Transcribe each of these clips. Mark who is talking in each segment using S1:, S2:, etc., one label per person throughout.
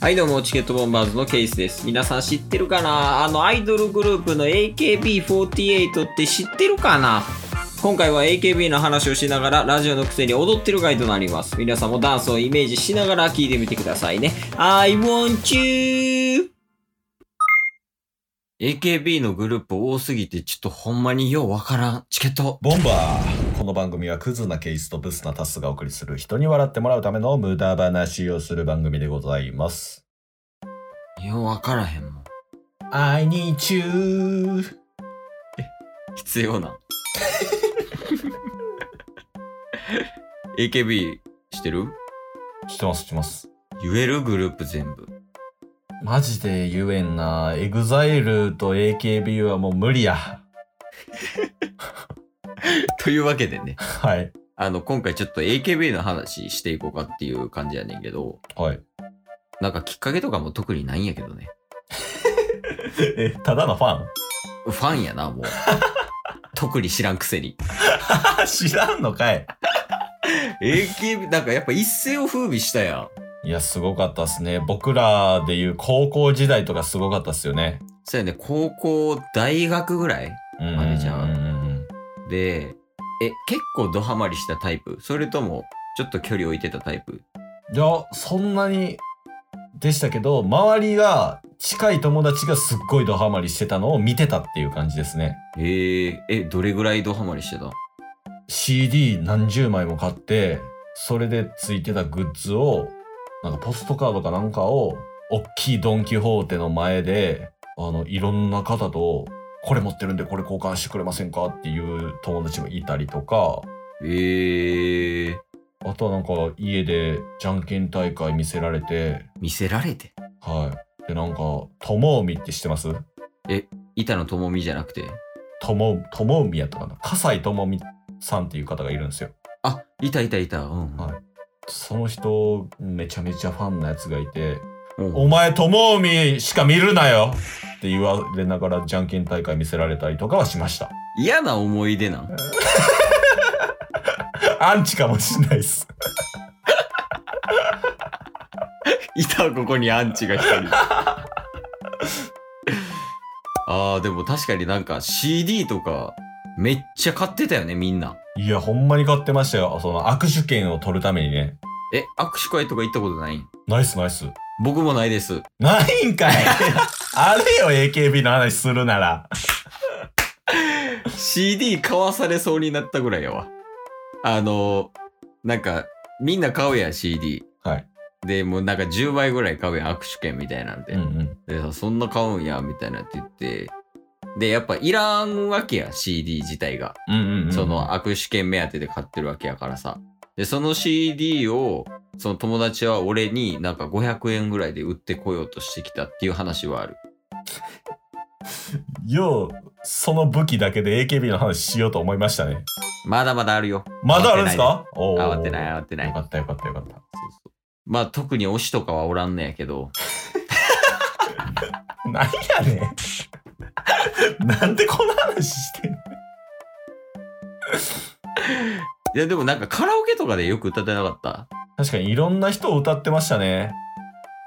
S1: はいどうも、チケットボンバーズのケイスです。皆さん知ってるかなあのアイドルグループの AKB48 って知ってるかな今回は AKB の話をしながらラジオのくせに踊ってる回となります。皆さんもダンスをイメージしながら聞いてみてくださいね。I want you! AKB のグループ多すぎてちょっとほんまにようわからん。チケット。
S2: ボンバーこの番組はクズなケースとブスなタスがお送りする人に笑ってもらうための無駄話をする番組でございます。
S1: ようわからへんもん。
S2: I need you!
S1: 必要な。AKB してる
S2: 知ってます、知ってます。
S1: 言えるグループ全部。
S2: マジで言えんな。エグザイルと AKB はもう無理や。
S1: というわけでね、
S2: はい。
S1: あの、今回ちょっと AKB の話していこうかっていう感じやねんけど、
S2: はい。
S1: なんかきっかけとかも特にないんやけどね。
S2: え、ただのファン
S1: ファンやな、もう。 特に知らんくせに。
S2: 知らんのかい
S1: AKB、なんかやっぱ一世を風靡したやん。
S2: いや、すごかったっすね。僕らでいう高校時代とかすごかったっすよね。
S1: そうやね、高校、大学ぐらい
S2: うん
S1: あれじゃん
S2: うんうん
S1: で、え、結構ドハマりしたタイプそれとも、ちょっと距離置いてたタイプ
S2: うんいや、そんなにでしたけど、周りが近い友達がすっごいドハマりしてたのを見てたっていう感じですね。
S1: へえ、え、どれぐらいドハマりしてた
S2: CD 何十枚も買って、それでついてたグッズを、なんかポストカードかなんかを、おっきいドン・キホーテの前で、あの、いろんな方と、これ持ってるんでこれ交換してくれませんかっていう友達もいたりとか、
S1: ええ、
S2: あとはなんか家でじゃんけん大会見せられて、
S1: 見せられて。
S2: はい。で、なんか、ともうみって知ってます
S1: 板野友美じゃなくて。
S2: とも、ともうみやったかな笠井ともみさんっていう方がいるんですよ。
S1: あ、いたいたいた。うん。
S2: はいその人、めちゃめちゃファンなやつがいて、
S1: うん
S2: お前、ともみしか見るなよって言われながら、じゃんけん大会見せられたりとかはしました。
S1: 嫌な思い出なん。
S2: アンチかもしんないっす。
S1: いた、ここにアンチが一 人。あー、でも確かになんか CD とか、めっちゃ買ってたよね、みんな。
S2: いや、ほんまに買ってましたよ。その、握手券を取るためにね。
S1: え、握手会とか行ったことないん
S2: ナイスナイス。
S1: 僕もないです。
S2: ないんかい あれよ、AKB の話するなら。
S1: CD 買わされそうになったぐらいやわ。あの、なんか、みんな買うやん、CD。
S2: はい。
S1: で、もうなんか10倍ぐらい買うやん、握手券みたいなんで。
S2: うんうん。
S1: でさそんな買うんや、みたいなって言って。で、やっぱいらんわけや、CD 自体が。
S2: うんうん、うん。
S1: その、握手券目当てで買ってるわけやからさ。で、その CD を、その友達は俺になんか500円ぐらいで売ってこようとしてきたっていう話はある。
S2: よう、その武器だけで AKB の話しようと思いましたね。
S1: まだまだあるよ。
S2: まだあるんですかおー
S1: 慌てない、慌てない
S2: よ。かったよかったよかった。
S1: そうそうまあ特に推しとかはおらんねやけど、
S2: なんやねん。 なんでこんな話してんの
S1: いやでもなんかカラオケとかでよく歌ってなかった。
S2: 確かにいろんな人を歌ってましたね。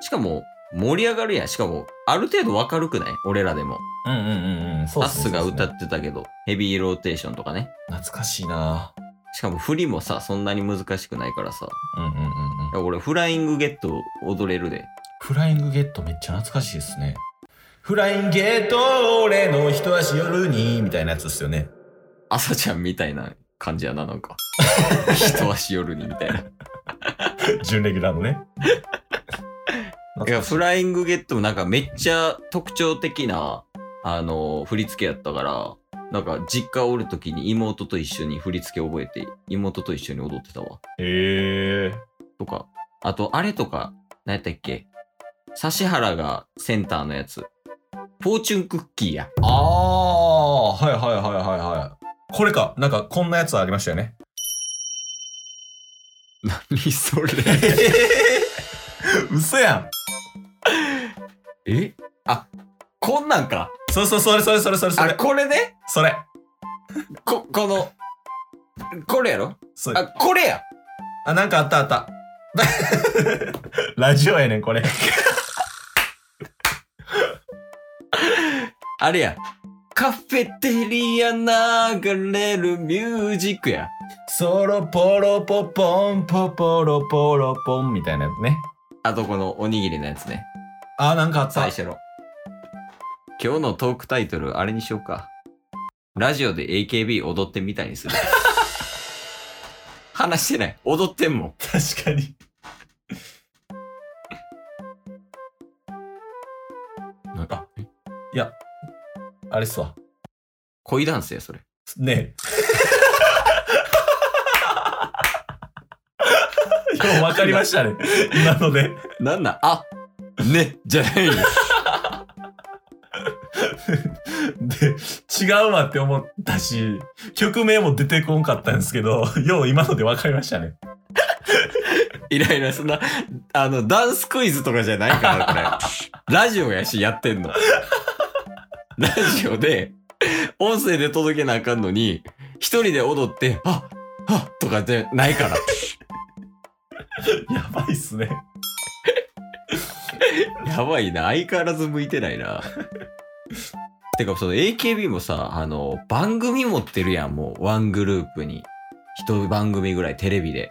S1: しかも盛り上がるやん。しかもある程度わかるくない俺らでも。
S2: うんうんうんうん。そ
S1: タスが歌
S2: っ
S1: ってたけど、ヘビーローテーションとかね。
S2: 懐かしいな
S1: しかも振りもさ、そんなに難しくないからさ。
S2: うんうんうんうん。
S1: いや俺フライングゲット踊れるで。
S2: フライングゲットめっちゃ懐かしいですね。フライングゲット俺の一足夜にみたいなやつですよね。
S1: 朝ちゃんみたいな感じやな、なん か。一足夜にみたいな。
S2: 準レギュラーのね。
S1: いや、フライングゲットもなんかめっちゃ特徴的な、あの、振り付けやったから、なんか実家おるときに妹と一緒に振り付け覚えて、妹と一緒に踊ってたわ。
S2: へえ。
S1: とか、あと、あれとか、何やったっけ指原がセンターのやつ。フォーチュンクッキーや。
S2: ああ、はいはいはいはいはい。これか。なんかこんなやつありましたよね。
S1: 何それ
S2: 嘘やん。
S1: えあ、こんなんか。
S2: そうそう、それそれそれそれそ
S1: あ、
S2: れ。
S1: これね
S2: それ。
S1: こ、この、これやろ
S2: それ
S1: あ、これや
S2: あ、なんかあったあった。ラジオやねん、これ。
S1: あれや。カフェテリア流れるミュージックや。
S2: ソロポロポポンポポロポロポンみたいなやつね。
S1: あとこのおにぎりのやつね。
S2: あ、なんかあった
S1: 最。初の。今日のトークタイトル、あれにしようか。ラジオで AKB 踊ってみたいにす る。話してない。踊ってんもん。
S2: 確かに。
S1: なんか、
S2: いや、あれっすわ。
S1: 恋ダンスや、それ。
S2: ねえ。ようわかりましたね。今ので。
S1: なんだ、あ、ね、じゃないよ。
S2: で、違うわって思ったし、曲名も出てこんかったんですけど、よう今のでわかりましたね。
S1: イライラ、そんな、あの、ダンスクイズとかじゃないから、これ。 ラジオやし、やってんの。ラジオで、音声で届けなあかんのに、一人で踊って、あ、あ、とかじゃないから。
S2: やばいっすね。
S1: やばいな、相変わらず向いてないな。 てか、その AKB もさ、あの、番組持ってるやん、もう、ワングループに。一番組ぐらい、テレビで。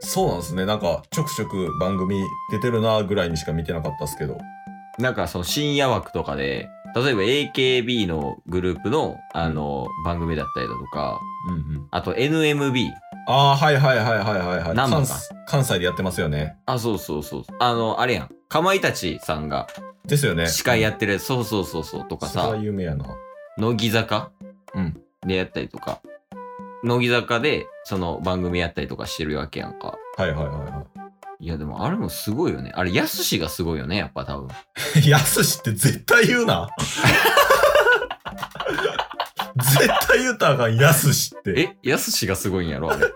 S2: そうなんですね。なんか、ちょくちょく番組出てるなぐらいにしか見てなかったっすけど。
S1: なんかその深夜枠とかで、例えば AKB のグループの、あの、番組だったりだとか、
S2: うんうん。
S1: あと NMB。
S2: ああ、はいはいはいはいはい、はい。
S1: 何番
S2: 関
S1: か
S2: 関西でやってますよね。
S1: あ、そうそうそう。あの、あれやん。かまいたちさんが
S2: ですよね。
S1: 司会やってるやつ、そうそうそうそう、とか
S2: それは
S1: さ、
S2: 有名やな。
S1: 乃木坂
S2: うん。
S1: でやったりとか、乃木坂でその番組やったりとかしてるわけやんか。
S2: はいはいはいはい
S1: や、でもあれもすごいよね。あれ、やすしがすごいよね、やっぱ多分。
S2: い。 やすしって絶対言 うな。絶対言うたらあかん、やすしって。
S1: え、やすしがすごいんやろ、あれ。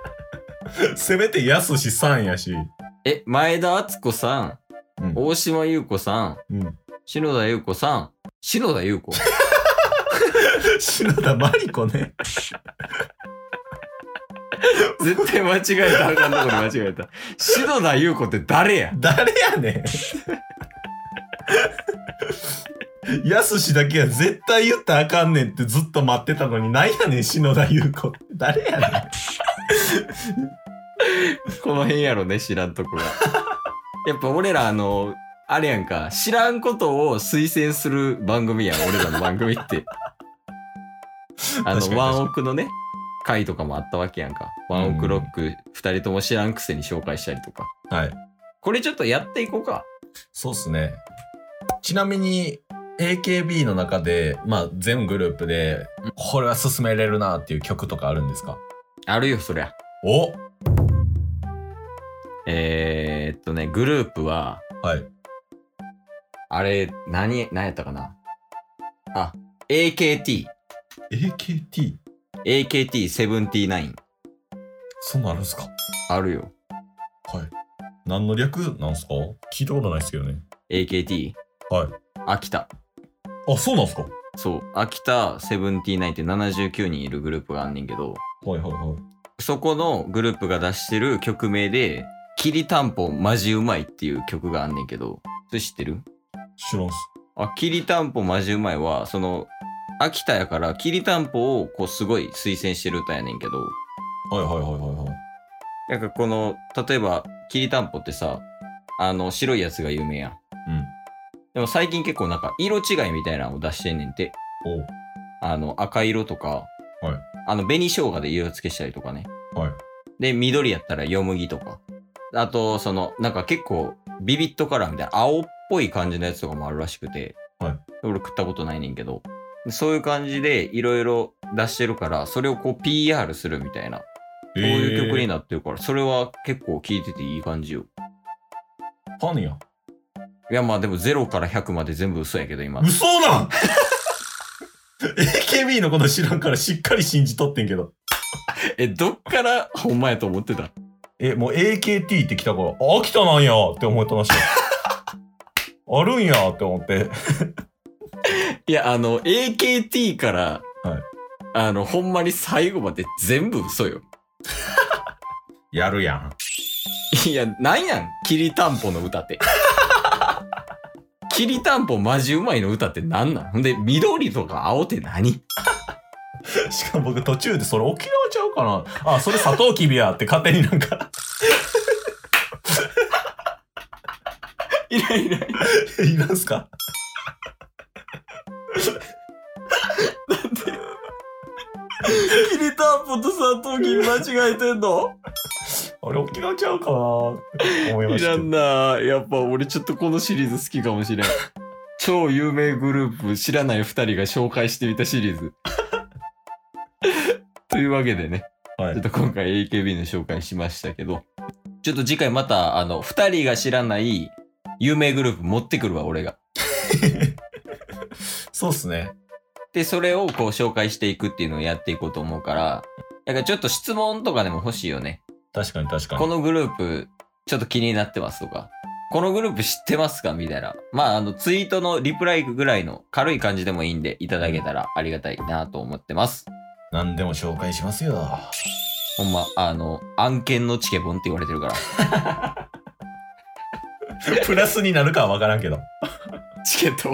S2: せめてやすしさんやし。
S1: え、前田敦子さん、
S2: うん
S1: 大島優子さん、
S2: うん、
S1: 篠田優子さん。篠田優子
S2: 篠田真理子ね。
S1: 絶対間違 えた。あかんとこで間違えた。篠田優子って誰や
S2: 誰やねん。やすしだけは絶対言ったらあかんねんってずっと待ってたのに、なんやねん、篠田優子って。誰やねん。
S1: この辺やろね、知らんと こが。やっぱ俺らあの、あれやんか、知らんことを推薦する番組やん、俺らの番組 って。あ
S2: 確か
S1: の、
S2: に
S1: ワンオクのね、回とかもあったわけやんか。ワンオクロック、二人とも知らんくせに紹介したりとか。
S2: はい。
S1: これちょっとやっていこうか。
S2: そうっすね。ちなみに、AKB の中で、まあ、全グループで、これは進めれるなっていう曲とかあるんですか
S1: あるよ、そりゃ。
S2: お
S1: えー、っとね、グループは、
S2: はい。
S1: あれ、何、何やったかなあ、AKT。
S2: AKT?
S1: AKT79。
S2: そんなんあるんすか
S1: あるよ。
S2: はい。何の略なんすか聞いたことないですけどね。
S1: AKT。
S2: はい。
S1: 秋田。
S2: あ、そうなんすかは
S1: そう。秋田79って79人いるグループがあんねんけど、
S2: いはいはい。
S1: そこのグループが出してる曲名で、きりたんぽマジうまいっていう曲があんねんけど、それ知ってる
S2: 知らんっす。
S1: あ、きりたんぽマジうまいは、その、秋田やから、きりたんぽをこうすごい推薦してる歌やねんけど、
S2: はいはいはいはいはい。
S1: なんかこの、例えば、きりたんぽってさ、あの、白いやつが有名やん。
S2: うん。
S1: でも最近結構なんか、色違いみたいなのを出してんねんて。
S2: おう
S1: あの、赤色とか、
S2: はい
S1: あの、紅生姜で色付けしたりとかね。
S2: はい
S1: で、緑やったらよむぎとか。あと、その、なんか結構、ビビットカラーみたいな、青っぽい感じのやつとかもあるらしくて。
S2: はい
S1: 俺食ったことないねんけど。でそういう感じで、いろいろ出してるから、それをこう PR するみたいな。そ
S2: え
S1: ういう曲に
S2: な
S1: なってるから、それは結構聴いてていい感じよ。
S2: ファンや。
S1: いや、まあでも0から100まで全部嘘やけど、今。
S2: 嘘なん AKB のこと知らんからしっかり信じとってんけど。
S1: え、どっからほんまやと思ってた
S2: え、もう AKT って来たから、あ、秋田なんやって思ってました。 あるんやって思って。
S1: いや、あの、AKT から、
S2: はい
S1: あの、ほんまに最後まで全部嘘よ。
S2: やるやん。
S1: いや、なんやん、きりたんぽの歌って。きりたんぽマジうまいの歌ってなんなんほんで、緑とか青って何
S2: しかも僕途中でそれ沖縄ちゃうかなあ、それサトウキビやって勝手になんか
S1: いないいない。
S2: いらんすか
S1: きりたんぽと砂糖銀間違えてんの
S2: あれ沖縄ちゃうかなって思いま
S1: い
S2: し
S1: ら
S2: た
S1: んなやっぱ俺ちょっとこのシリーズ好きかも しれん。超有名グループ知らない2人が紹介してみたシリー ズ。というわけでね、
S2: はい
S1: ちょっと今回 AKB の紹介しましたけど、ちょっと次回またあの2人が知らない有名グループ持ってくるわ俺が。
S2: そうっすね。
S1: で、それをこう紹介していくっていうのをやっていこうと思うから、だからちょっと質問とかでも欲しいよね。
S2: 確かに確か
S1: こ
S2: に。
S1: のグループ、ちょっと気になってますとか、このグループ知ってますかみたいな。まあ、あの、ツイートのリプライぐらいの軽い感じでもいいんで、いただけたらありがたいなと思ってます。
S2: 何でも紹介しますよ。 は
S1: ほんま、あの、案件のチケボンって言われてるから。
S2: プラスになるかは分からんけど。
S1: チケット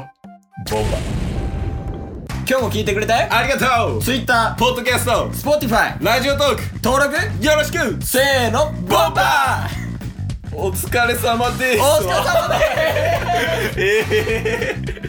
S2: ボンバ
S1: 今日も聞いてくれてありがとう !Twitter、
S2: ポッドキャスト
S1: Spotify、
S2: ラジオトーク
S1: 登録
S2: よろしく
S1: せーの、ボンバー
S2: お疲れ様です
S1: お疲れ様です
S2: ええ